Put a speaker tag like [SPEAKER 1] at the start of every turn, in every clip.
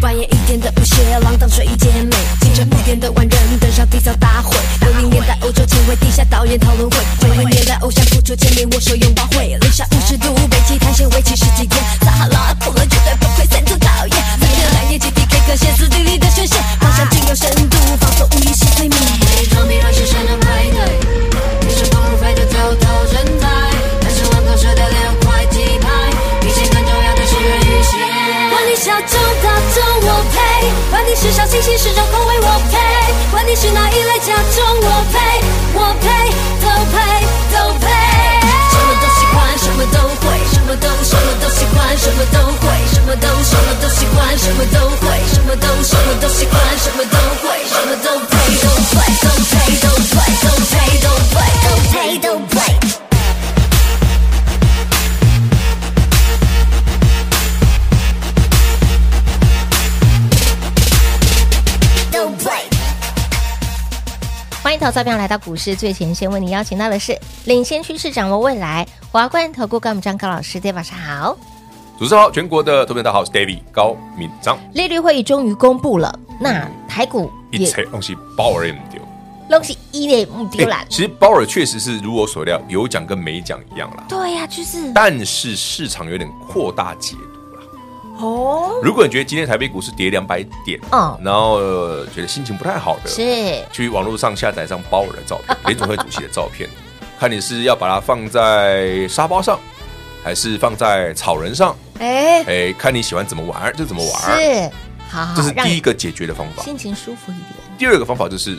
[SPEAKER 1] 半夜一点的舞鞋，浪荡睡衣姐美。清晨五点的万人登上地扫大会。六零年代欧洲前卫，地下导演讨论会。九零年代偶像付出见面握手拥抱会。零下五十度，北极探险为期十几天。撒哈拉破了绝对不愧三种讨厌。三天两夜集体 K 歌，歇斯底里的宣泄，放上精有深度，放松无疑是最美。
[SPEAKER 2] 你装逼乱世闪亮派对，你是不如飞的头头人才，但是玩狗时的六块鸡排，比钱更重要的是人与钱。
[SPEAKER 1] 管你小众大众我配，管你是小清新是种口味我配，管你是哪一类假众我配，我配都配都配。什么都喜欢，什么都会，什么都什么都喜欢，什么都会，什么都什么都喜欢，什么都会，什么都什么都喜欢，什么都会，什么都配都配都配都配都配都配都配都配。
[SPEAKER 3] 欢迎投资票来到股市最前线，为你邀请到的是领先趋势、掌握未来华冠投顾高敏章高老师，大家晚上好。
[SPEAKER 4] 主持人好，全国的投资者大家好，我是 David 高敏章，
[SPEAKER 3] 利率会议终于公布了，那台股
[SPEAKER 4] 嗯一
[SPEAKER 3] 也
[SPEAKER 4] 切东西鲍尔也没丢。
[SPEAKER 3] 东西一脸不丢啦
[SPEAKER 4] 欸。其实鲍尔确实是如我所料，有奖跟没奖一样啦。
[SPEAKER 3] 对呀、就是
[SPEAKER 4] 但是市场有点扩大解读啦。
[SPEAKER 3] 哦，
[SPEAKER 4] 如果你觉得今天台北股市跌两百点，
[SPEAKER 3] 嗯
[SPEAKER 4] 然后呃觉得心情不太好的，
[SPEAKER 3] 是
[SPEAKER 4] 去网络上下载上鲍尔的照片， 联总会主席的照片，看你是要把它放在沙包上，还是放在草人上，
[SPEAKER 3] 哎、
[SPEAKER 4] 哎，看你喜欢怎么玩就怎么玩，
[SPEAKER 3] 是好好，
[SPEAKER 4] 这是
[SPEAKER 3] 让
[SPEAKER 4] 第一
[SPEAKER 3] 你
[SPEAKER 4] 个解决的方法。
[SPEAKER 3] 心情舒服一点。
[SPEAKER 4] 第二个方法就是，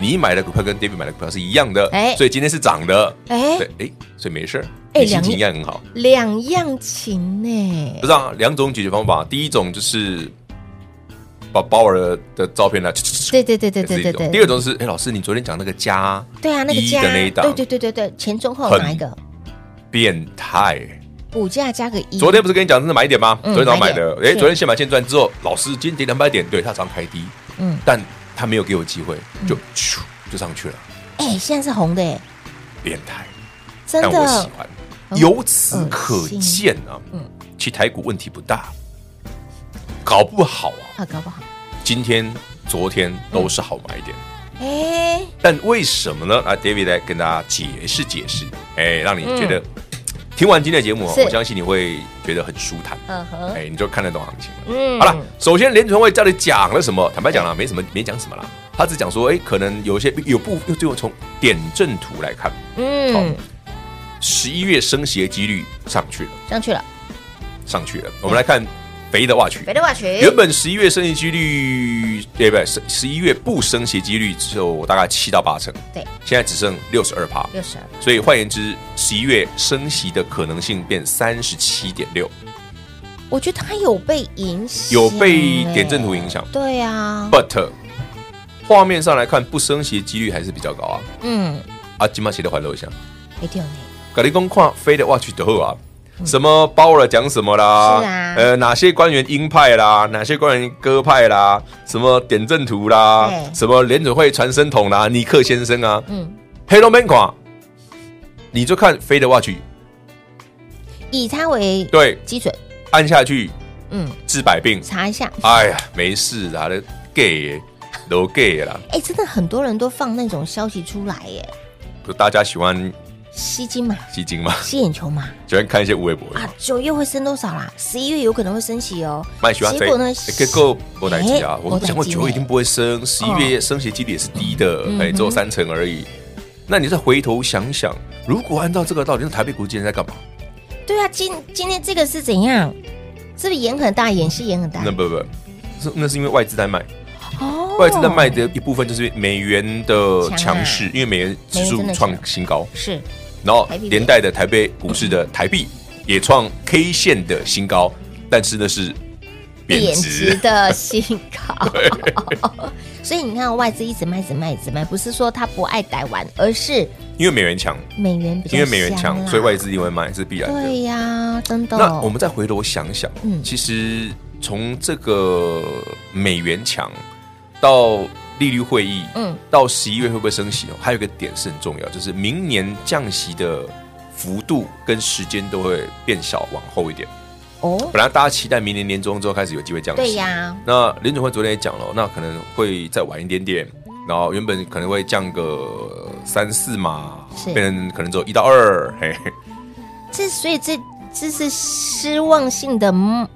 [SPEAKER 4] 你买的股票跟 David 买的股票是一样的，
[SPEAKER 3] 哎
[SPEAKER 4] 所以今天是涨的，
[SPEAKER 3] 哎
[SPEAKER 4] 对，哎，所以没事儿，
[SPEAKER 3] 哎
[SPEAKER 4] 你心情
[SPEAKER 3] 两
[SPEAKER 4] 应该很好。
[SPEAKER 3] 两样情呢、
[SPEAKER 4] 不是啊，两种解决方法，第一种就是把鲍尔的照片呢，啊
[SPEAKER 3] 对对对对
[SPEAKER 4] 这
[SPEAKER 3] 对
[SPEAKER 4] 是一
[SPEAKER 3] 对
[SPEAKER 4] 种
[SPEAKER 3] 对。
[SPEAKER 4] 第二种是，哎，老师，你昨天讲那个加
[SPEAKER 3] 对啊，那个
[SPEAKER 4] 一
[SPEAKER 3] 加
[SPEAKER 4] 的那一档
[SPEAKER 3] 对对对对对，前中后有哪一个？
[SPEAKER 4] 变态，
[SPEAKER 3] 股价加个一。
[SPEAKER 4] 昨天不是跟你讲是买一点吗？
[SPEAKER 3] 嗯
[SPEAKER 4] 昨天早上买的
[SPEAKER 3] 买，一点
[SPEAKER 4] 哎，
[SPEAKER 3] 是
[SPEAKER 4] 昨天现买现赚之后，老师今天跌两百点，对，它早上开低，
[SPEAKER 3] 嗯，
[SPEAKER 4] 但他没有给我机会，就咻就上去了，
[SPEAKER 3] 哎、现在是红的哎，
[SPEAKER 4] 变态。
[SPEAKER 3] 真
[SPEAKER 4] 但我喜
[SPEAKER 3] 的
[SPEAKER 4] 欢。
[SPEAKER 3] 嗯
[SPEAKER 4] 由此可见啊
[SPEAKER 3] 嗯，
[SPEAKER 4] 其实台股问题不大，搞不好啊，
[SPEAKER 3] 啊，搞不好。
[SPEAKER 4] 今天、昨天
[SPEAKER 3] 嗯
[SPEAKER 4] 都是好买点。
[SPEAKER 3] 哎、
[SPEAKER 4] 但为什么呢？啊，David 来跟大家解释解释，哎，让你觉得听完今天的节目啊，
[SPEAKER 3] 嗯是
[SPEAKER 4] 我相信你会觉得很舒坦，
[SPEAKER 3] 嗯哼，
[SPEAKER 4] 哎，你就看得懂行情了。
[SPEAKER 3] 嗯，
[SPEAKER 4] 好了，首先联储会到底讲了什么？坦白讲啦，没什么，没讲什么啦。他只讲说，哎，可能有一些有部，最后从点阵图来看，
[SPEAKER 3] 嗯，
[SPEAKER 4] 十一月升息的几率上去了。
[SPEAKER 3] 上去了，
[SPEAKER 4] 上去了。我们来看肥的袜曲
[SPEAKER 3] 嗯肥，的袜群，
[SPEAKER 4] 原本十一月升息几率，对不对？十十一月不升息几率只有大概七到八成，
[SPEAKER 3] 对，
[SPEAKER 4] 现在只剩六十二趴，
[SPEAKER 3] 六十二，
[SPEAKER 4] 所以换言之，十一月升息的可能性变三十七点六，
[SPEAKER 3] 我觉得它有被影响，
[SPEAKER 4] 有被点阵图影响
[SPEAKER 3] 哎对啊，
[SPEAKER 4] ，but 画面上来看，不升息的几率还是比较高啊。
[SPEAKER 3] 嗯，
[SPEAKER 4] 啊，金马鞋的环绕一下，
[SPEAKER 3] 一定有呢，
[SPEAKER 4] 格力公看飞的袜曲都啊。什么包了讲什么啦？
[SPEAKER 3] 是啊
[SPEAKER 4] 呃，哪些官员鹰派啦？哪些官员鸽派啦？什么点阵图啦
[SPEAKER 3] 对？
[SPEAKER 4] 什么联准会传声筒啦？尼克先生啊，
[SPEAKER 3] 嗯，
[SPEAKER 4] 黑龙门款，你就看飞的 watch，
[SPEAKER 3] 以它为
[SPEAKER 4] 对，
[SPEAKER 3] 基准，
[SPEAKER 4] 按下去
[SPEAKER 3] 嗯，
[SPEAKER 4] 治百病。
[SPEAKER 3] 查一下，
[SPEAKER 4] 哎呀，没事啦，那 gay 都 gay 啦，
[SPEAKER 3] 哎、真的很多人都放那种消息出来耶，
[SPEAKER 4] 不大家喜欢
[SPEAKER 3] 吸金嘛，
[SPEAKER 4] 吸金吗？
[SPEAKER 3] 吸眼球嘛，
[SPEAKER 4] 喜欢看一些无微博，
[SPEAKER 3] 啊，九月会升多少啦？十一月有可能会升息哦。
[SPEAKER 4] 蛮喜欢
[SPEAKER 3] 结果呢？
[SPEAKER 4] 啊哎结果我来记啊
[SPEAKER 3] 哎，
[SPEAKER 4] 我讲过九月一定不会升，十一月升息几率也是低的，
[SPEAKER 3] 哦嗯
[SPEAKER 4] 哎，只有三成而已。那你再回头想想，如果按照这个道理，那台北股今天在干嘛？
[SPEAKER 3] 对啊，今今天这个是怎样？是不是眼很大，演戏眼很大
[SPEAKER 4] 那？不不，是那是因为外资在卖，
[SPEAKER 3] 哦，
[SPEAKER 4] 外资在卖的一部分就是美元的强势，
[SPEAKER 3] 强啊
[SPEAKER 4] 因为美元指
[SPEAKER 3] 美元真
[SPEAKER 4] 数
[SPEAKER 3] 的强
[SPEAKER 4] 创新高，
[SPEAKER 3] 是
[SPEAKER 4] 然后
[SPEAKER 3] 台币
[SPEAKER 4] 连带的台北股市的台币也创 K 线的新高，但是呢是贬
[SPEAKER 3] 贬值
[SPEAKER 4] 值，
[SPEAKER 3] 的新 高。 所以你看，外资一直卖，一直卖，一直卖，不是说他不爱台湾，而是
[SPEAKER 4] 因为美元强，
[SPEAKER 3] 美元比较
[SPEAKER 4] 因为美元
[SPEAKER 3] 香
[SPEAKER 4] 强，
[SPEAKER 3] 啦
[SPEAKER 4] 所以外资一定会卖，是必然的。
[SPEAKER 3] 对呀、真的。
[SPEAKER 4] 那我们再回头想想，
[SPEAKER 3] 嗯
[SPEAKER 4] 其实从这个美元强到利率会议，
[SPEAKER 3] 嗯，
[SPEAKER 4] 到十一月会不会升息哦？还有一个点是很重要，就是明年降息的幅度跟时间都会变小，往后一点。
[SPEAKER 3] 哦，
[SPEAKER 4] 本来大家期待明年年中之后开始有机会降息，
[SPEAKER 3] 对呀
[SPEAKER 4] 那联总会昨天也讲了，那可能会再晚一点点，然后原本可能会降个三四嘛
[SPEAKER 3] 是，
[SPEAKER 4] 变成可能只有一到二，嘿。
[SPEAKER 3] 这所以这这是失望性的嗯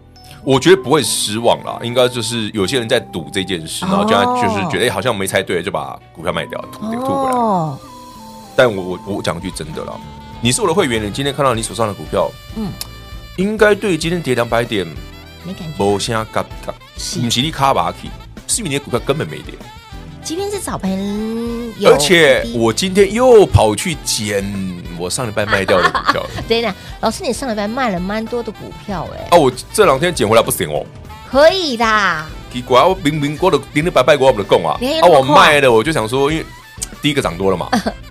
[SPEAKER 4] 我觉得不会失望啦，应该就是有些人在赌这件事，然后就他
[SPEAKER 3] 哦
[SPEAKER 4] 就是觉得哎、好像没猜对，就把股票卖掉，吐吐回来。
[SPEAKER 3] 哦，
[SPEAKER 4] 但我我我讲句真的啦，你是我的会员，你今天看到你手上的股票，
[SPEAKER 3] 嗯
[SPEAKER 4] 嗯，应该对今天跌两百点
[SPEAKER 3] 没感觉。
[SPEAKER 4] 没啥嘎嘎，
[SPEAKER 3] 是
[SPEAKER 4] 不是你卡巴去，是因为你的股票根本没跌，
[SPEAKER 3] 即便是早盘有
[SPEAKER 4] 而且
[SPEAKER 3] 低
[SPEAKER 4] 我今天又跑去捡我上礼拜卖掉的股 票
[SPEAKER 3] 啊对啦，老师，你上礼拜卖了蛮多的股票哎、
[SPEAKER 4] 啊，我这两天捡回来不行哦。
[SPEAKER 3] 可以的，
[SPEAKER 4] 奇怪，我明明我的零零白白我不能供啊
[SPEAKER 3] 你还有，
[SPEAKER 4] 啊
[SPEAKER 3] 哎那么
[SPEAKER 4] 我
[SPEAKER 3] 快
[SPEAKER 4] 卖了，我就想说，因为第一个涨多 了嘛，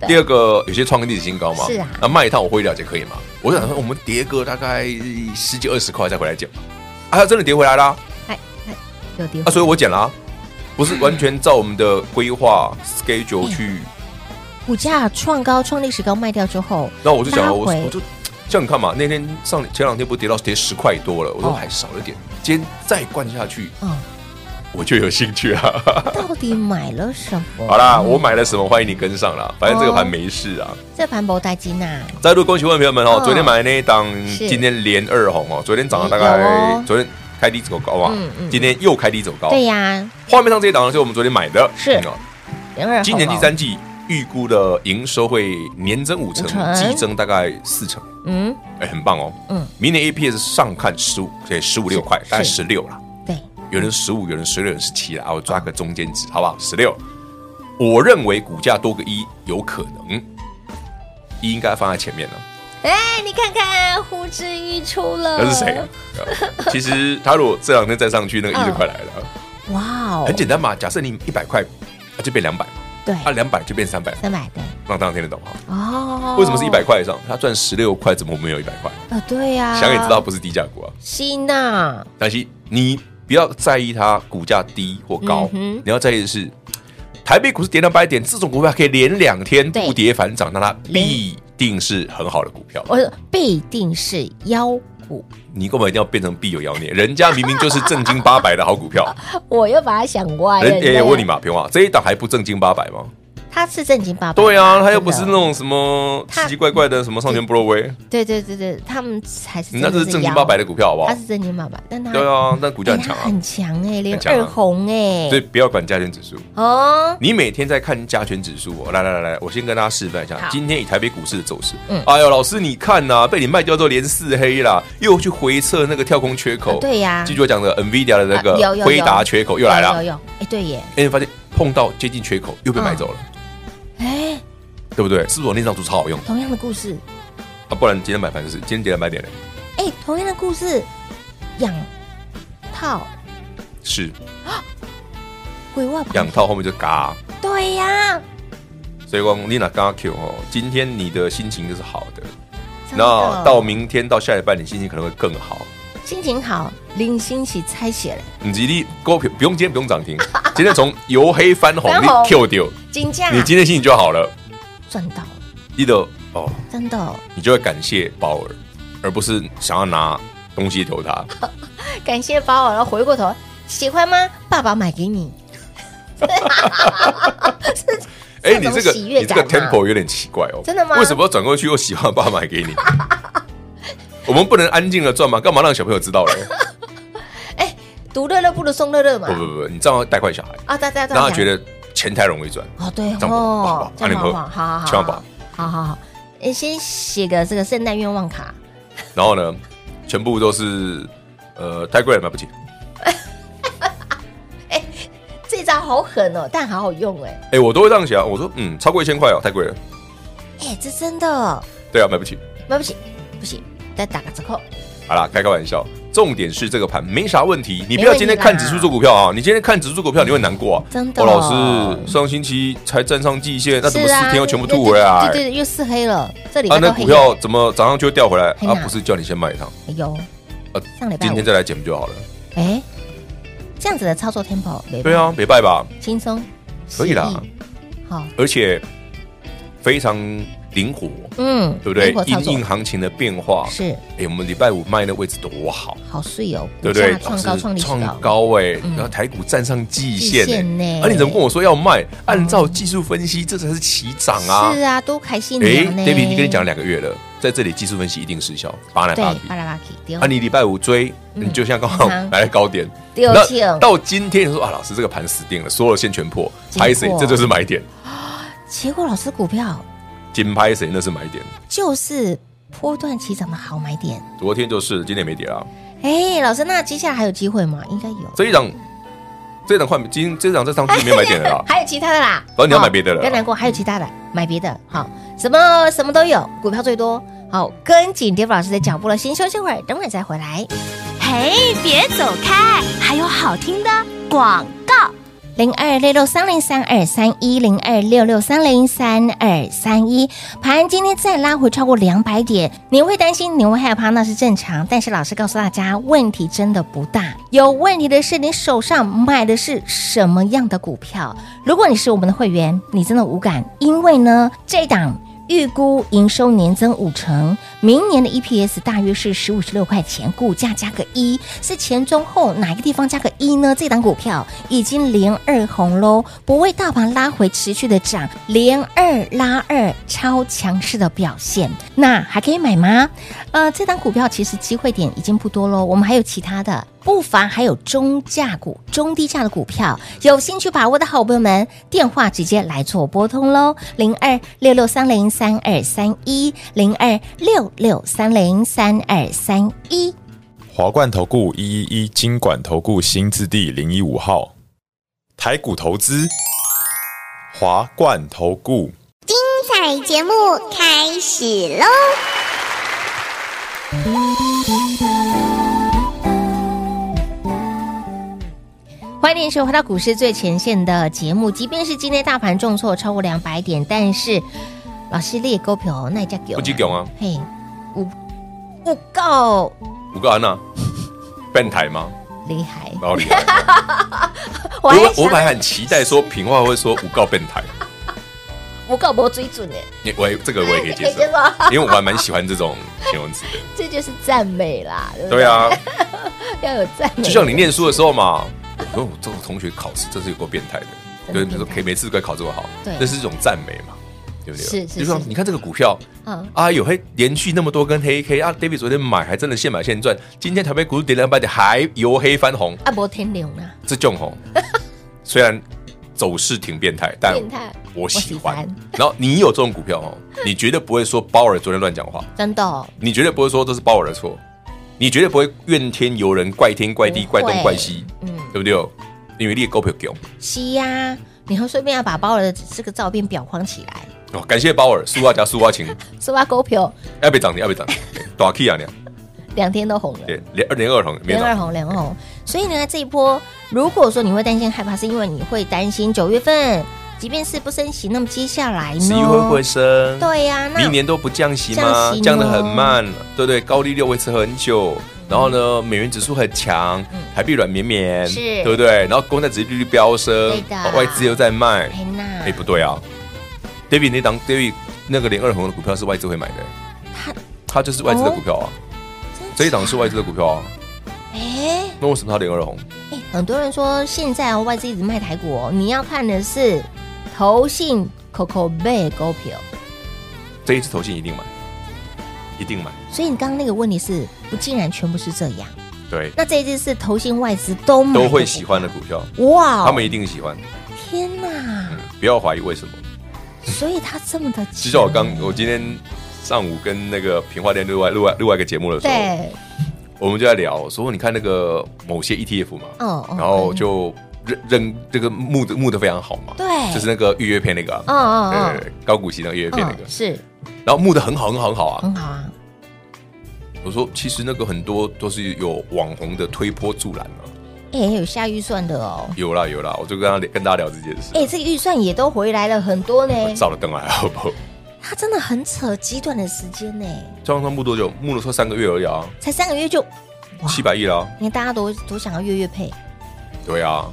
[SPEAKER 4] 第二个有些创历史新高嘛，
[SPEAKER 3] 是啊
[SPEAKER 4] 那卖一趟我会了解可以吗？我想说我们跌个大概十几二十块再回来捡嘛，啊，它真的跌回来啦，
[SPEAKER 3] 哎哎，有跌
[SPEAKER 4] 啊，所以我捡啦、不是完全照我们的规划 schedule 去，
[SPEAKER 3] 哎股价创高创历史高卖掉之后，
[SPEAKER 4] 那我就想，我
[SPEAKER 3] 拉回
[SPEAKER 4] 我就像你看嘛，那天上前两天不是跌到跌十块多了，我说
[SPEAKER 3] 哦
[SPEAKER 4] 还少了点，今天再灌下去
[SPEAKER 3] 嗯，
[SPEAKER 4] 我就有兴趣啊。
[SPEAKER 3] 到底买了什么？
[SPEAKER 4] 好啦，我买了什么？欢迎你跟上啦。反正这个盘没事啊。
[SPEAKER 3] 这盘博代金呐，
[SPEAKER 4] 再度恭喜各位朋友们哦
[SPEAKER 3] 嗯，
[SPEAKER 4] 昨天买的那一档，
[SPEAKER 3] 是
[SPEAKER 4] 今天连二红哦，昨天涨了大
[SPEAKER 3] 有哦
[SPEAKER 4] 概，昨天开低走高啊
[SPEAKER 3] 嗯嗯，
[SPEAKER 4] 今天又开低走高。
[SPEAKER 3] 对呀，
[SPEAKER 4] 画面上这一档呢是我们昨天买的，
[SPEAKER 3] 是
[SPEAKER 4] 嗯哦
[SPEAKER 3] 零二
[SPEAKER 4] 今年第，三季预估的营收会年增五成
[SPEAKER 3] 五成，
[SPEAKER 4] 季增大概四成，
[SPEAKER 3] 嗯，
[SPEAKER 4] 哎，很棒哦。
[SPEAKER 3] 嗯，
[SPEAKER 4] 明年 EPS 上看十五，对，十五六块，大概
[SPEAKER 3] 是
[SPEAKER 4] 十六啦。
[SPEAKER 3] 对，
[SPEAKER 4] 有人十五，有人十六，有人十七啦，啊我抓个中间值，好不好？十六，我认为股价多个一有可能，一应该放在前面了。
[SPEAKER 3] 哎，你看看呼之欲出了，
[SPEAKER 4] 那是谁啊？
[SPEAKER 3] 嗯
[SPEAKER 4] 啊其实他如果这两天再上去，那个一就快来
[SPEAKER 3] 嗯
[SPEAKER 4] 了。
[SPEAKER 3] 哇哦，
[SPEAKER 4] 很简单嘛，假设你一百块，啊就变两百，
[SPEAKER 3] 对，
[SPEAKER 4] 啊两百就变三百，
[SPEAKER 3] 三百对，
[SPEAKER 4] 让大家听得懂哈。
[SPEAKER 3] 哦，
[SPEAKER 4] 为什么是一百？块以上？他赚十六块，怎么没有一百块？
[SPEAKER 3] 啊，对呀，
[SPEAKER 4] 想也知道，不是低价股啊。
[SPEAKER 3] 希娜，
[SPEAKER 4] 但是你不要在意它股价低或高，
[SPEAKER 3] 嗯哼
[SPEAKER 4] 你要在意的是台北股市跌两百点，这种股票可以连两天
[SPEAKER 3] 对
[SPEAKER 4] 不跌反涨，那它必定是很好的股票。
[SPEAKER 3] 我必定是妖股，
[SPEAKER 4] 你根本一定要变成必有妖孽，人家明明就是正经八百的好股票。
[SPEAKER 3] 我又把它想歪
[SPEAKER 4] 人
[SPEAKER 3] 了。
[SPEAKER 4] 哎、
[SPEAKER 3] 对
[SPEAKER 4] 我问你，嘛，平华这一档还不正经八百吗？
[SPEAKER 3] 他是正经八百，
[SPEAKER 4] 对啊，他
[SPEAKER 3] 真的
[SPEAKER 4] 又不是那种什么
[SPEAKER 3] 他
[SPEAKER 4] 奇奇怪怪的什么上全波罗威，
[SPEAKER 3] 对对对对，他们才是
[SPEAKER 4] 那这是正经
[SPEAKER 3] 妖
[SPEAKER 4] 八百的股票，好不好
[SPEAKER 3] 它？是正经八百，但它
[SPEAKER 4] 对啊，但股
[SPEAKER 3] 股
[SPEAKER 4] 价很强啊，
[SPEAKER 3] 很强哎，连
[SPEAKER 4] 很强啊
[SPEAKER 3] 二红哎，
[SPEAKER 4] 所以不要管加权指数。
[SPEAKER 3] 哦，
[SPEAKER 4] 你每天在看加权指数、哦，来来来来，我先跟大家示范一下
[SPEAKER 3] 好
[SPEAKER 4] 今天以台北股市的走势。
[SPEAKER 3] 嗯
[SPEAKER 4] 哎呦，老师你看呐、被你卖掉之后连四黑啦，又去回测那个跳空缺口。
[SPEAKER 3] 啊对呀
[SPEAKER 4] 记住我讲的 Nvidia 的那
[SPEAKER 3] 啊有有
[SPEAKER 4] 个
[SPEAKER 3] 有
[SPEAKER 4] 辉达缺口又来
[SPEAKER 3] 有
[SPEAKER 4] 了，
[SPEAKER 3] 有，有哎，对耶，
[SPEAKER 4] 哎，你发现碰到接近缺口又被买走了，
[SPEAKER 3] 哎，
[SPEAKER 4] 对不对？是不是我那张图超好用
[SPEAKER 3] 同样的故事，
[SPEAKER 4] 啊？不然今天买盘就是今天跌了买点嘞，
[SPEAKER 3] 哎，同样的故事，养套
[SPEAKER 4] 是
[SPEAKER 3] 鬼话不
[SPEAKER 4] 养套后面就嘎、
[SPEAKER 3] 对呀，
[SPEAKER 4] 所以光你娜刚刚 Q 哦，今天你的心情就是好的，
[SPEAKER 3] 真的
[SPEAKER 4] 那到明天到下礼拜你心情可能会更好。
[SPEAKER 3] 心情好，零星起拆血了，
[SPEAKER 4] 你吉利股票不用今天不用涨停，今天从由黑翻红，
[SPEAKER 3] 翻
[SPEAKER 4] 你
[SPEAKER 3] 红
[SPEAKER 4] Q 掉，
[SPEAKER 3] 金价
[SPEAKER 4] 你今天心情就好了。
[SPEAKER 3] 赚到了，
[SPEAKER 4] 你的哦，
[SPEAKER 3] 真的哦，
[SPEAKER 4] 你就会感谢鲍尔，而不是想要拿东西投 他。
[SPEAKER 3] 感谢包尔，然后回过头，喜欢吗？爸爸买给你，
[SPEAKER 4] 哎，
[SPEAKER 3] 这
[SPEAKER 4] 你
[SPEAKER 3] 种
[SPEAKER 4] 这个
[SPEAKER 3] 喜悦
[SPEAKER 4] 你这个
[SPEAKER 3] 感嘛
[SPEAKER 4] tempo 有点奇怪哦，
[SPEAKER 3] 真的吗
[SPEAKER 4] 为什么要转过去又喜欢爸买 给你？我们不能安静的赚吗？干嘛让小朋友知道嘞？
[SPEAKER 3] 独乐乐不如送乐乐嘛
[SPEAKER 4] 不，不不，你这样会带坏小孩，
[SPEAKER 3] 啊，大家
[SPEAKER 4] 让他觉得钱太容易赚。
[SPEAKER 3] 哦，对
[SPEAKER 4] 这样不好不
[SPEAKER 3] 哦
[SPEAKER 4] 好，
[SPEAKER 3] 这样
[SPEAKER 4] 啊
[SPEAKER 3] 好
[SPEAKER 4] 你
[SPEAKER 3] 不好？
[SPEAKER 4] 喝
[SPEAKER 3] 好好好，
[SPEAKER 4] 千万不好
[SPEAKER 3] 好好好，哎，先写个这个圣诞愿望卡，
[SPEAKER 4] 然后呢，全部都是呃太贵了买不起，
[SPEAKER 3] 这招好狠哦，但好好用哎，
[SPEAKER 4] 哎，我都会这样想，我说嗯，超过一千块哦，太贵了，
[SPEAKER 3] 哎，这真的哦，
[SPEAKER 4] 对啊，买不起。
[SPEAKER 3] 买不起，不行，再打个折扣。
[SPEAKER 4] 好啦，开个玩笑。重点是这个盘没啥问题，你不
[SPEAKER 3] 没
[SPEAKER 4] 要
[SPEAKER 3] 问
[SPEAKER 4] 今天
[SPEAKER 3] 题啦
[SPEAKER 4] 看指数做股票啊！你今天看指数做股票，你会难过啊！
[SPEAKER 3] 真的
[SPEAKER 4] 哦，
[SPEAKER 3] 哦
[SPEAKER 4] 老师上星期才站上季线，那怎么
[SPEAKER 3] 是
[SPEAKER 4] 四
[SPEAKER 3] 啊
[SPEAKER 4] 天又全部吐回来？
[SPEAKER 3] 对对对，又四黑了，这里
[SPEAKER 4] 啊，
[SPEAKER 3] 拜
[SPEAKER 4] 那
[SPEAKER 3] 都黑
[SPEAKER 4] 股
[SPEAKER 3] 了
[SPEAKER 4] 票怎么早上就会掉回来？
[SPEAKER 3] 黑马
[SPEAKER 4] 啊，不是叫你先买一趟，
[SPEAKER 3] 有
[SPEAKER 4] 呃，
[SPEAKER 3] 上礼拜
[SPEAKER 4] 今天
[SPEAKER 3] 五，
[SPEAKER 4] 再来减不就好了？
[SPEAKER 3] 哎，这样子的操作 tempo 没
[SPEAKER 4] 对啊，别拜吧，
[SPEAKER 3] 轻松，
[SPEAKER 4] 可以啦
[SPEAKER 3] 适宜，好，
[SPEAKER 4] 而且非常灵活，
[SPEAKER 3] 嗯，
[SPEAKER 4] 对不对
[SPEAKER 3] 灵活？操
[SPEAKER 4] 因
[SPEAKER 3] 作
[SPEAKER 4] 应行情的变化，
[SPEAKER 3] 是
[SPEAKER 4] 哎，我们礼拜五卖那位置多好，
[SPEAKER 3] 好碎哦，
[SPEAKER 4] 对
[SPEAKER 3] 股
[SPEAKER 4] 不
[SPEAKER 3] 价？
[SPEAKER 4] 对
[SPEAKER 3] 创高
[SPEAKER 4] 老师
[SPEAKER 3] 创历史
[SPEAKER 4] 创
[SPEAKER 3] 高，
[SPEAKER 4] 高哎、
[SPEAKER 3] 嗯
[SPEAKER 4] 然后台股站上季
[SPEAKER 3] 季
[SPEAKER 4] 线
[SPEAKER 3] 线
[SPEAKER 4] 哎、
[SPEAKER 3] 呢嗯
[SPEAKER 4] 啊，你怎么跟我说要卖？按照技术分析，这才是起涨啊！
[SPEAKER 3] 是啊，多开心
[SPEAKER 4] 哎
[SPEAKER 3] 娘呢
[SPEAKER 4] ，David，已经跟你讲两个月了，在这里技术分析一定失效，八来
[SPEAKER 3] 对
[SPEAKER 4] 八去，。
[SPEAKER 3] 巴拉巴基丢
[SPEAKER 4] 啊，你礼拜五追，
[SPEAKER 3] 嗯
[SPEAKER 4] 你就像刚好
[SPEAKER 3] 常
[SPEAKER 4] 来高点，
[SPEAKER 3] 丢
[SPEAKER 4] 那
[SPEAKER 3] 钱
[SPEAKER 4] 到今天你说啊，老师这个盘死定了，所有线全破，拍
[SPEAKER 3] 结？
[SPEAKER 4] 谁
[SPEAKER 3] 果
[SPEAKER 4] 这就是买点，
[SPEAKER 3] 结果老师股票
[SPEAKER 4] 紧拍谁？那是买点。
[SPEAKER 3] 就是波段起涨的好买点。
[SPEAKER 4] 昨天就是，今天没跌啊。
[SPEAKER 3] 哎，老师，那接下来还有机会吗？应该有。。
[SPEAKER 4] 这一档，这一档换今这一档在上去没买点了 啦
[SPEAKER 3] 还有其他的啦。
[SPEAKER 4] 哦你要买别的了
[SPEAKER 3] 好不要难过，还有其他的，买别的。好，什么什么都有，股票最多。好，跟紧 David 老师的脚步了，先休息会儿，等会儿再回来。
[SPEAKER 1] 嘿，别走开，还有好听的广告。
[SPEAKER 3] 零二六六三零三二三一零二六六三零三二三一盘今天再拉回超过两百点，你会担心，你会害怕，那是正常。但是老师告诉大家，问题真的不大，有问题的是你手上买的是什么样的股票。如果你是我们的会员，你真的无感，因为呢，这档。预估营收年增五成，明年的 EPS 大约是十五十六块钱，股价加个一，是前中后哪个地方加个一呢？这档股票已经连二红喽，不为大盘拉回持续的涨，连二拉二，超强势的表现，那还可以买吗？呃，这档股票其实机会点已经不多喽，我们还有其他的。不乏还有中价股、中低价的股票，有兴趣把握的好朋友们，电话直接来做拨通喽，零二六六三零三二三一，零二六六三零三二三一。
[SPEAKER 5] 华冠投顾一一一金管投顾新字第零一五号，台股投资，华冠投顾。
[SPEAKER 6] 彩节目开始喽！
[SPEAKER 3] 欢迎收回到股市最前线的节目。即便是今天大盘重挫超过两百点，但是老师列股票那家给
[SPEAKER 4] 不止强啊，
[SPEAKER 3] 嘿，五五够
[SPEAKER 4] 五个安娜，笨台吗？
[SPEAKER 3] 厉害。
[SPEAKER 4] 然后厉害。
[SPEAKER 3] 我
[SPEAKER 4] 我
[SPEAKER 3] 还
[SPEAKER 4] 我本
[SPEAKER 3] 想
[SPEAKER 4] 来很期待说平话会说五告变态，
[SPEAKER 3] 五够没水准呢，
[SPEAKER 4] 你我也这个我也可以接受，因为我还蛮喜欢这种形容词的。
[SPEAKER 3] 这就是赞美啦， 对不对？
[SPEAKER 4] 对啊，
[SPEAKER 3] 要有赞美。
[SPEAKER 4] 就像你念书的时候嘛，我说我这个同学考试真是有够变态的，
[SPEAKER 3] 真的
[SPEAKER 4] 就
[SPEAKER 3] 变态
[SPEAKER 4] 是你说可以每次都可以考这么好
[SPEAKER 3] 对，
[SPEAKER 4] 这是一种赞美嘛，对不对？
[SPEAKER 3] 是是
[SPEAKER 4] 就说
[SPEAKER 3] 是
[SPEAKER 4] 你看这个股票
[SPEAKER 3] 嗯，
[SPEAKER 4] 啊，有黑连续那么多根黑 K 啊，David 昨天买还真的现买现赚，今天台北股市跌两百点还由黑翻红，
[SPEAKER 3] 啊，无天良啊，
[SPEAKER 4] 这 种红虽然走势挺变态，但
[SPEAKER 3] 变态
[SPEAKER 4] 我喜
[SPEAKER 3] 我
[SPEAKER 4] 欢
[SPEAKER 3] 喜欢。
[SPEAKER 4] 然后你有这种股票哦，你绝对不会说鲍尔昨天乱讲话，
[SPEAKER 3] 真的哦
[SPEAKER 4] 你绝对不会说这是鲍尔的错，你绝对不会怨天尤人、怪天怪地、
[SPEAKER 3] 不会
[SPEAKER 4] 怪东怪西，
[SPEAKER 3] 嗯
[SPEAKER 4] 对不对？因为你的股票强
[SPEAKER 3] 是呀、你会顺便要把包的这个照片裱框起来，
[SPEAKER 4] 哦，感谢鲍尔，苏阿加苏阿琴，
[SPEAKER 3] 是吧？股票
[SPEAKER 4] 要被涨停，要被涨停， 大 K 啊你，
[SPEAKER 3] 两天都红了。
[SPEAKER 4] 对，连二连二红，没
[SPEAKER 3] 人
[SPEAKER 4] 涨
[SPEAKER 3] 二红，人红。所以呢，这一波，如果说你会担心害怕，是因为你会担心九月份，即便是不升息，那么接下来呢？
[SPEAKER 4] 十一会不会升？
[SPEAKER 3] 对呀、那
[SPEAKER 4] 明年都不降息吗
[SPEAKER 3] 降息？呢
[SPEAKER 4] 降得很慢，对不对？高利率维持很久，然后呢，美元指数很强，台币软绵绵，
[SPEAKER 3] 嗯是
[SPEAKER 4] 对不对？然后公债殖利率飙升
[SPEAKER 3] 对，的
[SPEAKER 4] 哦外资又在卖，
[SPEAKER 3] 哎那
[SPEAKER 4] 哎，不对啊，David 那档 David 那个连二红的股票是外资会买的，
[SPEAKER 3] 他哦
[SPEAKER 4] 它就是外资的股票啊，这一档是外资的股票啊，
[SPEAKER 3] 哎
[SPEAKER 4] 那为什么它连二红？
[SPEAKER 3] 哎，很多人说现在哦外资一直卖台股、哦，你要看的是投信 Coco 贝股票。
[SPEAKER 4] 这一次投信一定买，一定买，
[SPEAKER 3] 所以你刚刚那个问题是，不竟然全部是这样，
[SPEAKER 4] 对，
[SPEAKER 3] 那这一次是投信外资都买
[SPEAKER 4] 都会喜欢的股票，
[SPEAKER 3] 哇哦！
[SPEAKER 4] 他们一定喜欢，
[SPEAKER 3] 天哪
[SPEAKER 4] 嗯，不要怀疑为什么。
[SPEAKER 3] 所以他这么的强，
[SPEAKER 4] 就嗯像我刚，我今天上午跟那个平花店另外另外另外一个节目的时候，
[SPEAKER 3] 对
[SPEAKER 4] 我们就在聊，说你看那个某些 ETF E 嘛，
[SPEAKER 3] 哦哦
[SPEAKER 4] 然后就认认这个木的木的非常好嘛，
[SPEAKER 3] 对
[SPEAKER 4] 就是那个预约片那个啊，
[SPEAKER 3] 嗯嗯嗯
[SPEAKER 4] 对对对高股息那个预约片那个
[SPEAKER 3] 嗯，，是
[SPEAKER 4] 然后木的很好很好很好啊。
[SPEAKER 3] 很好啊，
[SPEAKER 4] 我说其实那个很多都是有网红的推波助澜啊，
[SPEAKER 3] 哎，有下预算的哦，
[SPEAKER 4] 有啦有啦，我就跟他跟大家聊这件事，
[SPEAKER 3] 哎，这个预算也都回来了很多呢，
[SPEAKER 4] 照了灯还好不好？
[SPEAKER 3] 他真的很扯，极短的时间呢，
[SPEAKER 4] 张上木多久？木了说三个月而已啊，
[SPEAKER 3] 才三个月就，哇
[SPEAKER 4] 七百亿啦，
[SPEAKER 3] 你看大家都都想要月月配，
[SPEAKER 4] 对啊。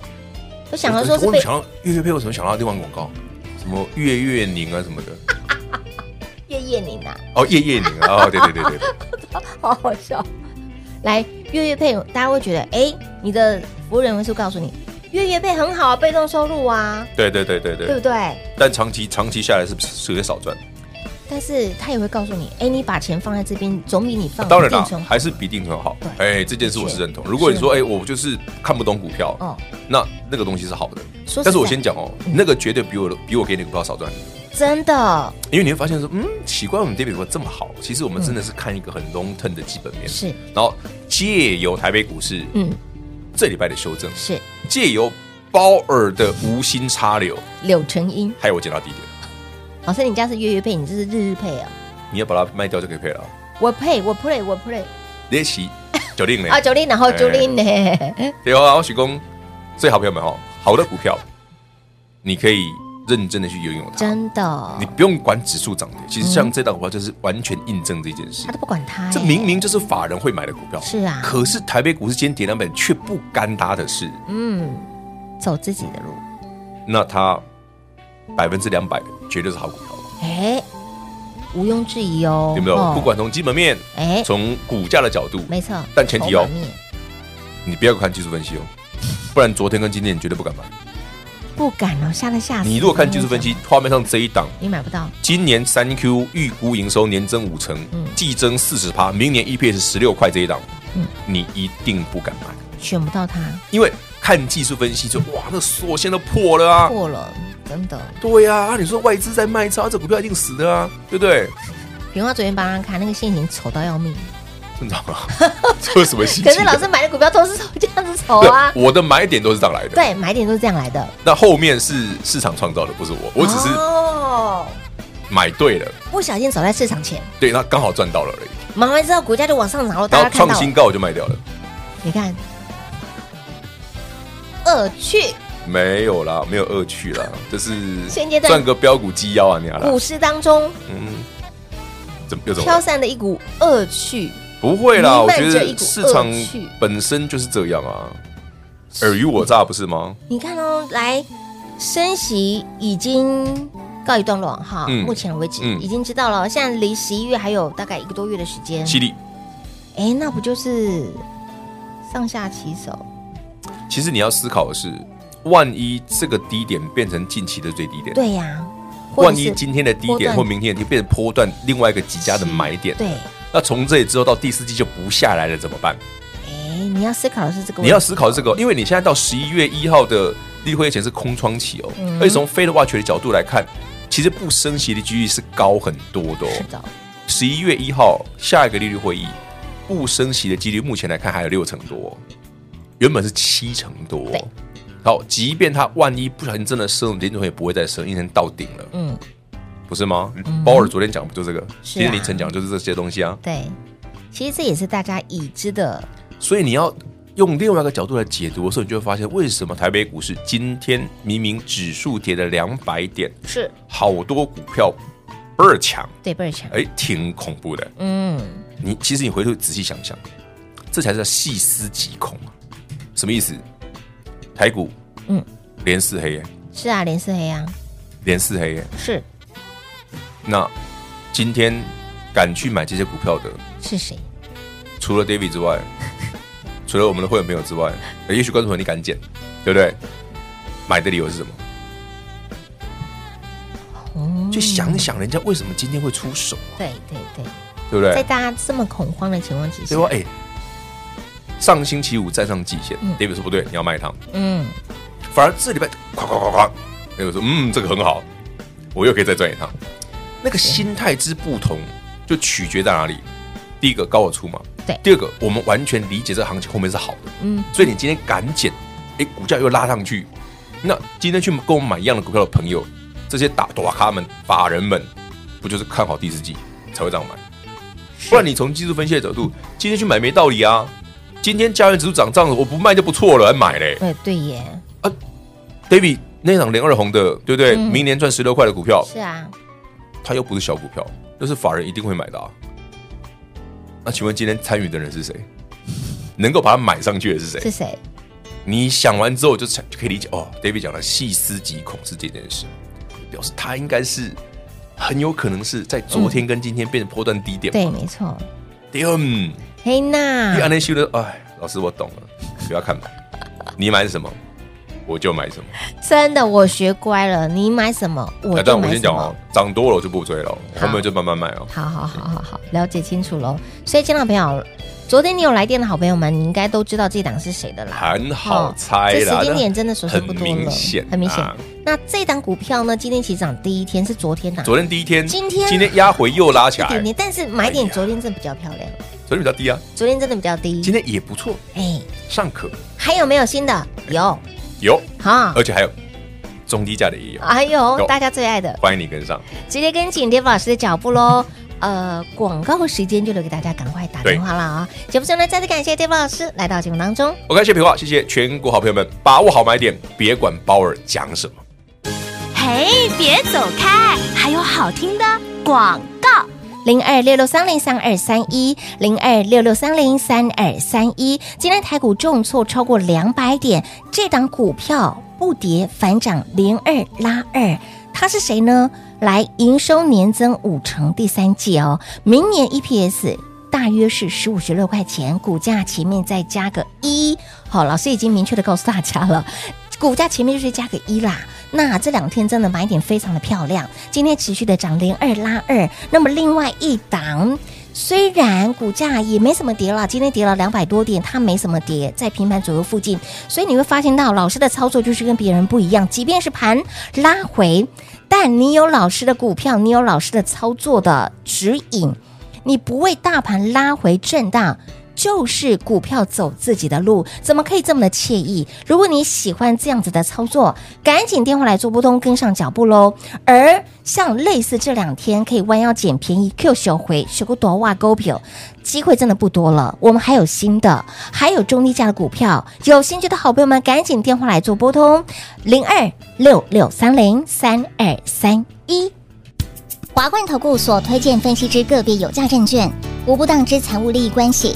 [SPEAKER 3] 我想要
[SPEAKER 4] 我
[SPEAKER 3] 说是
[SPEAKER 4] 我怎么
[SPEAKER 3] 被
[SPEAKER 4] 想到月月配，我怎么想到另外一个广告？什么月月宁啊什么的，
[SPEAKER 3] 月夜宁啊，
[SPEAKER 4] 哦夜夜宁啊，哦对对对对对，
[SPEAKER 3] 好好笑。来，月月配，大家会觉得，哎，你的服务人员是不是告诉你，月月配很好，被动收入啊，
[SPEAKER 4] 对对对对
[SPEAKER 3] 对不
[SPEAKER 4] 对，
[SPEAKER 3] 对？
[SPEAKER 4] 但长期长期下来是是有点少赚，
[SPEAKER 3] 但是他也会告诉你，哎，你把钱放在这边，总比你放
[SPEAKER 4] 当然
[SPEAKER 3] 哦定
[SPEAKER 4] 啦
[SPEAKER 3] 存，好
[SPEAKER 4] 还是比定存好
[SPEAKER 3] 对。
[SPEAKER 4] 哎，这件事我是认同。如果你说哎，我就是看不懂股票，
[SPEAKER 3] 哦。
[SPEAKER 4] 那那个东西是好的
[SPEAKER 3] 说实在，嗯
[SPEAKER 4] 但是我先讲哦，那个绝对比我的比我给你的股票少赚，
[SPEAKER 3] 真的
[SPEAKER 4] 因为你会发现说，嗯，奇怪，我们 David 股票这么好，其实我们真的是看一个很 long term 的基本面，
[SPEAKER 3] 嗯是，
[SPEAKER 4] 然后借由台北股市
[SPEAKER 3] 嗯，
[SPEAKER 4] 这礼拜的修正，
[SPEAKER 3] 是
[SPEAKER 4] 借由鲍尔的无心插柳，
[SPEAKER 3] 柳成英
[SPEAKER 4] 害我捡到低点。
[SPEAKER 3] 老师，你家是月月配，你这是日日配啊？
[SPEAKER 4] 你要把它卖掉就可以配了啊。
[SPEAKER 3] 我配，我 play，我 play
[SPEAKER 4] 练习九令呢
[SPEAKER 3] 啊，？九零，然后
[SPEAKER 4] 哎
[SPEAKER 3] 九零呢？
[SPEAKER 4] 对啊，我许工，所以好朋友们哦，好的股票，你可以认真的去拥有它，
[SPEAKER 3] 真的嗯
[SPEAKER 4] 你，不用管指数涨跌。其实像这档股票就是完全印证这件事
[SPEAKER 3] 他，都不管他，
[SPEAKER 4] 这
[SPEAKER 3] 哎
[SPEAKER 4] 明明就是法人会买的股票，
[SPEAKER 3] 是啊
[SPEAKER 4] 可是台北股市今天跌两百，却不干他的事，
[SPEAKER 3] 嗯，走自己的路，
[SPEAKER 4] 那它百分之两百绝对是好股票，
[SPEAKER 3] 哎，毋庸置疑哦，
[SPEAKER 4] 有没有？
[SPEAKER 3] 哦
[SPEAKER 4] 不，管从基本面，
[SPEAKER 3] 哎，
[SPEAKER 4] 从股价的角度，
[SPEAKER 3] 没错，
[SPEAKER 4] 但前提
[SPEAKER 3] 筹
[SPEAKER 4] 哦
[SPEAKER 3] 码面
[SPEAKER 4] 你不要看技术分析哦，不然昨天跟今天你绝对不敢买。
[SPEAKER 3] 啊不敢哦，吓得吓死。
[SPEAKER 4] 你如果看技术分析，，画面上这一档，
[SPEAKER 3] 你买不到，
[SPEAKER 4] 今年三 Q 预估营收年增五成，
[SPEAKER 3] 嗯
[SPEAKER 4] 季增四十趴，明年 EPS 十六块这一档，你一定不敢买，
[SPEAKER 3] 选不到它，
[SPEAKER 4] 因为看技术分析就哇，那锁线都破了啊，
[SPEAKER 3] 破了，真的。
[SPEAKER 4] 对呀、啊，你说外资在卖超，这股票一定死的啊，对不对？
[SPEAKER 3] 平花昨天帮他看那个陷阱丑到要命，
[SPEAKER 4] 正常 啊，这有什么心
[SPEAKER 3] 可
[SPEAKER 4] 情？啊
[SPEAKER 3] 是老师买的股票都是丑这样子丑
[SPEAKER 4] 对
[SPEAKER 3] 啊，
[SPEAKER 4] 我的买点都是这样来的，
[SPEAKER 3] 对，买点都是这样来的。
[SPEAKER 4] 那后面是市场创造的，不是我，我只是
[SPEAKER 3] 哦，
[SPEAKER 4] 买对了，
[SPEAKER 3] 不小心走在市场前，
[SPEAKER 4] 对，那刚好赚到了而已，
[SPEAKER 3] 忙完之后股价就往上涨了，
[SPEAKER 4] 然
[SPEAKER 3] 大
[SPEAKER 4] 后
[SPEAKER 3] 家看
[SPEAKER 4] 创
[SPEAKER 3] 到
[SPEAKER 4] 新啊高我就卖掉了。
[SPEAKER 3] 你看，恶趣
[SPEAKER 4] 没有啦，没有恶趣啦，就是
[SPEAKER 3] 现阶段
[SPEAKER 4] 赚个标股鸡腰啊，你啊啦
[SPEAKER 3] 股，市当中
[SPEAKER 4] 嗯，怎么又怎么
[SPEAKER 3] 飘
[SPEAKER 4] 了？
[SPEAKER 3] 散的一股恶趣，
[SPEAKER 4] 不会啦，
[SPEAKER 3] 弥
[SPEAKER 4] 我
[SPEAKER 3] 漫
[SPEAKER 4] 觉
[SPEAKER 3] 着一
[SPEAKER 4] 得
[SPEAKER 3] 股
[SPEAKER 4] 市场
[SPEAKER 3] 恶趣
[SPEAKER 4] 本身就是这样啊，尔虞我诈不是吗？
[SPEAKER 3] 你看哦，来升息已经告一段落哈，
[SPEAKER 4] 嗯
[SPEAKER 3] 目前为止、
[SPEAKER 4] 嗯
[SPEAKER 3] 已经知道了，现在离十一月还有大概一个多月的时间，
[SPEAKER 4] 犀利，
[SPEAKER 3] 哎，那不就是上下其手？
[SPEAKER 4] 其实你要思考的是，万一这个低点变成近期的最低点，
[SPEAKER 3] 对呀、或者
[SPEAKER 4] 万
[SPEAKER 3] 是
[SPEAKER 4] 一今天的低
[SPEAKER 3] 波
[SPEAKER 4] 点
[SPEAKER 3] 段
[SPEAKER 4] 或明天的低变成波段另外一个极佳的买点，
[SPEAKER 3] 对，
[SPEAKER 4] 那从这里之后到第四季就不下来了，怎么办？
[SPEAKER 3] 哎，你要思考的是这个问
[SPEAKER 4] 你
[SPEAKER 3] 题，
[SPEAKER 4] 要思考这个，因为你现在到十一月一号的例会前是空窗期哦，
[SPEAKER 3] 嗯
[SPEAKER 4] 而且从 Fed Watch 的角度来看，其实不升息的几率是高很多的
[SPEAKER 3] 是
[SPEAKER 4] 哦。
[SPEAKER 3] 的，
[SPEAKER 4] 十一月一号下一个利率会议，不升息的几率目前来看还有六成多哦、原本是七成多哦、
[SPEAKER 3] 对
[SPEAKER 4] 好，即便它万一不小心真的升，联储会也不会再升，因为到顶了，
[SPEAKER 3] 嗯，
[SPEAKER 4] 不是吗？鲍尔昨天讲不就这个，
[SPEAKER 3] 是
[SPEAKER 4] 今天
[SPEAKER 3] 啊
[SPEAKER 4] 凌晨讲就是这些东西啊。
[SPEAKER 3] 对，其实这也是大家已知的，
[SPEAKER 4] 所以你要用另外一个角度来解读的时候，你就会发现为什么台北股市今天明明指数跌了两百点，
[SPEAKER 3] 是
[SPEAKER 4] 好多股票倍儿强，
[SPEAKER 3] 对倍儿强，
[SPEAKER 4] 哎，挺恐怖的。
[SPEAKER 3] 嗯，
[SPEAKER 4] 你其实你回头仔细想想，这才叫细思极恐啊！什么意思？台股，
[SPEAKER 3] 嗯，
[SPEAKER 4] 连四黑耶，
[SPEAKER 3] 是啊，连四黑啊，
[SPEAKER 4] 连四黑耶。
[SPEAKER 3] 是
[SPEAKER 4] 那今天敢去买这些股票的，
[SPEAKER 3] 是谁？
[SPEAKER 4] 除了 David 之外， 除了我们的会员朋友之外，呃也许观众朋友你敢减，对不对？买的理由是什么？
[SPEAKER 3] 哦
[SPEAKER 4] 就想想人家为什么今天会出手，
[SPEAKER 3] 对对对，
[SPEAKER 4] 对不
[SPEAKER 3] 在
[SPEAKER 4] 对？
[SPEAKER 3] 大家这么恐慌的情况之下
[SPEAKER 4] 对，吧？哎，上星期五站上季线、
[SPEAKER 3] 嗯
[SPEAKER 4] d a v i d 说不对，你要卖它。
[SPEAKER 3] 嗯，
[SPEAKER 4] 反而这礼拜咵咵咵咵，David 说嗯，这个很好，我又可以再赚一趟。那个心态之不同，就取决在哪里？第一个高我出嘛，
[SPEAKER 3] 对
[SPEAKER 4] 第二个我们完全理解这个行情后面是好的，
[SPEAKER 3] 嗯，
[SPEAKER 4] 所以你今天敢减，哎，股价又拉上去。那今天去跟我们买一样的股票的朋友，这些打大咖们、法人们，不就是看好第四季才会这样买？不然你从技术分析的角度，今天去买没道理啊。今天加元指数涨这样子，我不卖就不错了，还买嘞。
[SPEAKER 3] 哎，对耶，
[SPEAKER 4] David 那场连二红的，对不对？
[SPEAKER 3] 嗯
[SPEAKER 4] 明年赚十六块的股票，
[SPEAKER 3] 是啊，
[SPEAKER 4] 它又不是小股票，那是法人一定会买的、啊。那请问今天参与的人是谁？能够把它买上去的是谁？
[SPEAKER 3] 是谁？
[SPEAKER 4] 你想完之后就才就可以理解哦。David 讲了细思极恐是这件事，表示它应该是很有可能是在昨天跟今天变成波段低点
[SPEAKER 3] 对，嗯
[SPEAKER 4] 嘛。
[SPEAKER 3] 没错，
[SPEAKER 4] Damn，
[SPEAKER 3] 黑
[SPEAKER 4] 你安
[SPEAKER 3] 娜，
[SPEAKER 4] 内修的，哎，老师我懂了，不要看盘，你买什么我就买什么。
[SPEAKER 3] 真的我学乖了，你买什么我
[SPEAKER 4] 那
[SPEAKER 3] 就
[SPEAKER 4] 但我
[SPEAKER 3] 买
[SPEAKER 4] 先
[SPEAKER 3] 什
[SPEAKER 4] 讲哦
[SPEAKER 3] 么。，涨
[SPEAKER 4] 涨多了我就不追了哦，
[SPEAKER 3] 好
[SPEAKER 4] 后面就慢慢卖哦。
[SPEAKER 3] 好好好好好，了解清楚喽。所以，亲爱的朋友，昨天你有来电的好朋友们，你应该都知道这档是谁的啦。
[SPEAKER 4] 很好猜
[SPEAKER 3] 哦这
[SPEAKER 4] 啦，
[SPEAKER 3] 时间点
[SPEAKER 4] 那
[SPEAKER 3] 真的手上不多了，
[SPEAKER 4] 很明显啊
[SPEAKER 3] 很明显。那这档股票呢？今天起涨第一天是昨天呐、
[SPEAKER 4] 昨天第一天，
[SPEAKER 3] 今天
[SPEAKER 4] 今天压回又拉起来，
[SPEAKER 3] 一点
[SPEAKER 4] 昨
[SPEAKER 3] 点，但是买点
[SPEAKER 4] 哎呀
[SPEAKER 3] 昨天真的比较漂亮，
[SPEAKER 4] 天比较低啊，
[SPEAKER 3] 昨天真的比较低。
[SPEAKER 4] 今天也不错，
[SPEAKER 3] 哎，
[SPEAKER 4] 尚可
[SPEAKER 3] 还有没有新的？有
[SPEAKER 4] 有，
[SPEAKER 3] 哈，
[SPEAKER 4] 而且还有中低价的也有，
[SPEAKER 3] 还有
[SPEAKER 4] 哎有
[SPEAKER 3] 大家最爱的，
[SPEAKER 4] 欢迎你跟上。
[SPEAKER 3] 直接跟紧 Dave 老师的脚步喽。呃，广告时间就留给大家赶快打电话了啊！节目中呢，再次感谢 Dave 老师来到节目当中。
[SPEAKER 4] OK，谢谢平话，谢谢全国好朋友们，把握好买点，别管鲍尔讲什么。
[SPEAKER 1] 嘿，别走开，还有好听的广告。
[SPEAKER 3] 零二六六三零三二三一，零二六六三零三二三一。今天台股重挫超过两百点，这档股票不跌反涨，零二拉二，它是谁呢？来，营收年增五成，第三季哦，明年 EPS 大约是十五十六块钱，股价前面再加个一。好，老师已经明确的告诉大家了，股价前面就是加个一啦。那这两天真的买点非常的漂亮，今天持续的涨零二拉二。那么另外一档，虽然股价也没什么跌了，今天跌了两百多点，它没什么跌，在平盘左右附近。所以你会发现到老师的操作就是跟别人不一样，即便是盘拉回，但你有老师的股票，你有老师的操作的指引，你不为大盘拉回震荡。就是股票走自己的路，怎么可以这么的惬意？如果你喜欢这样子的操作，赶紧电话来做拨通，跟上脚步喽。而像类似这两天可以弯腰捡便宜，Q 手回，手股多哇勾票，机会真的不多了。我们还有新的，还有中低价的股票，有兴趣的好朋友们赶紧电话来做拨通，零二六六三零三二三一。
[SPEAKER 6] 华冠投顾所推荐分析之个别有价证券，无不当之财务利益关系。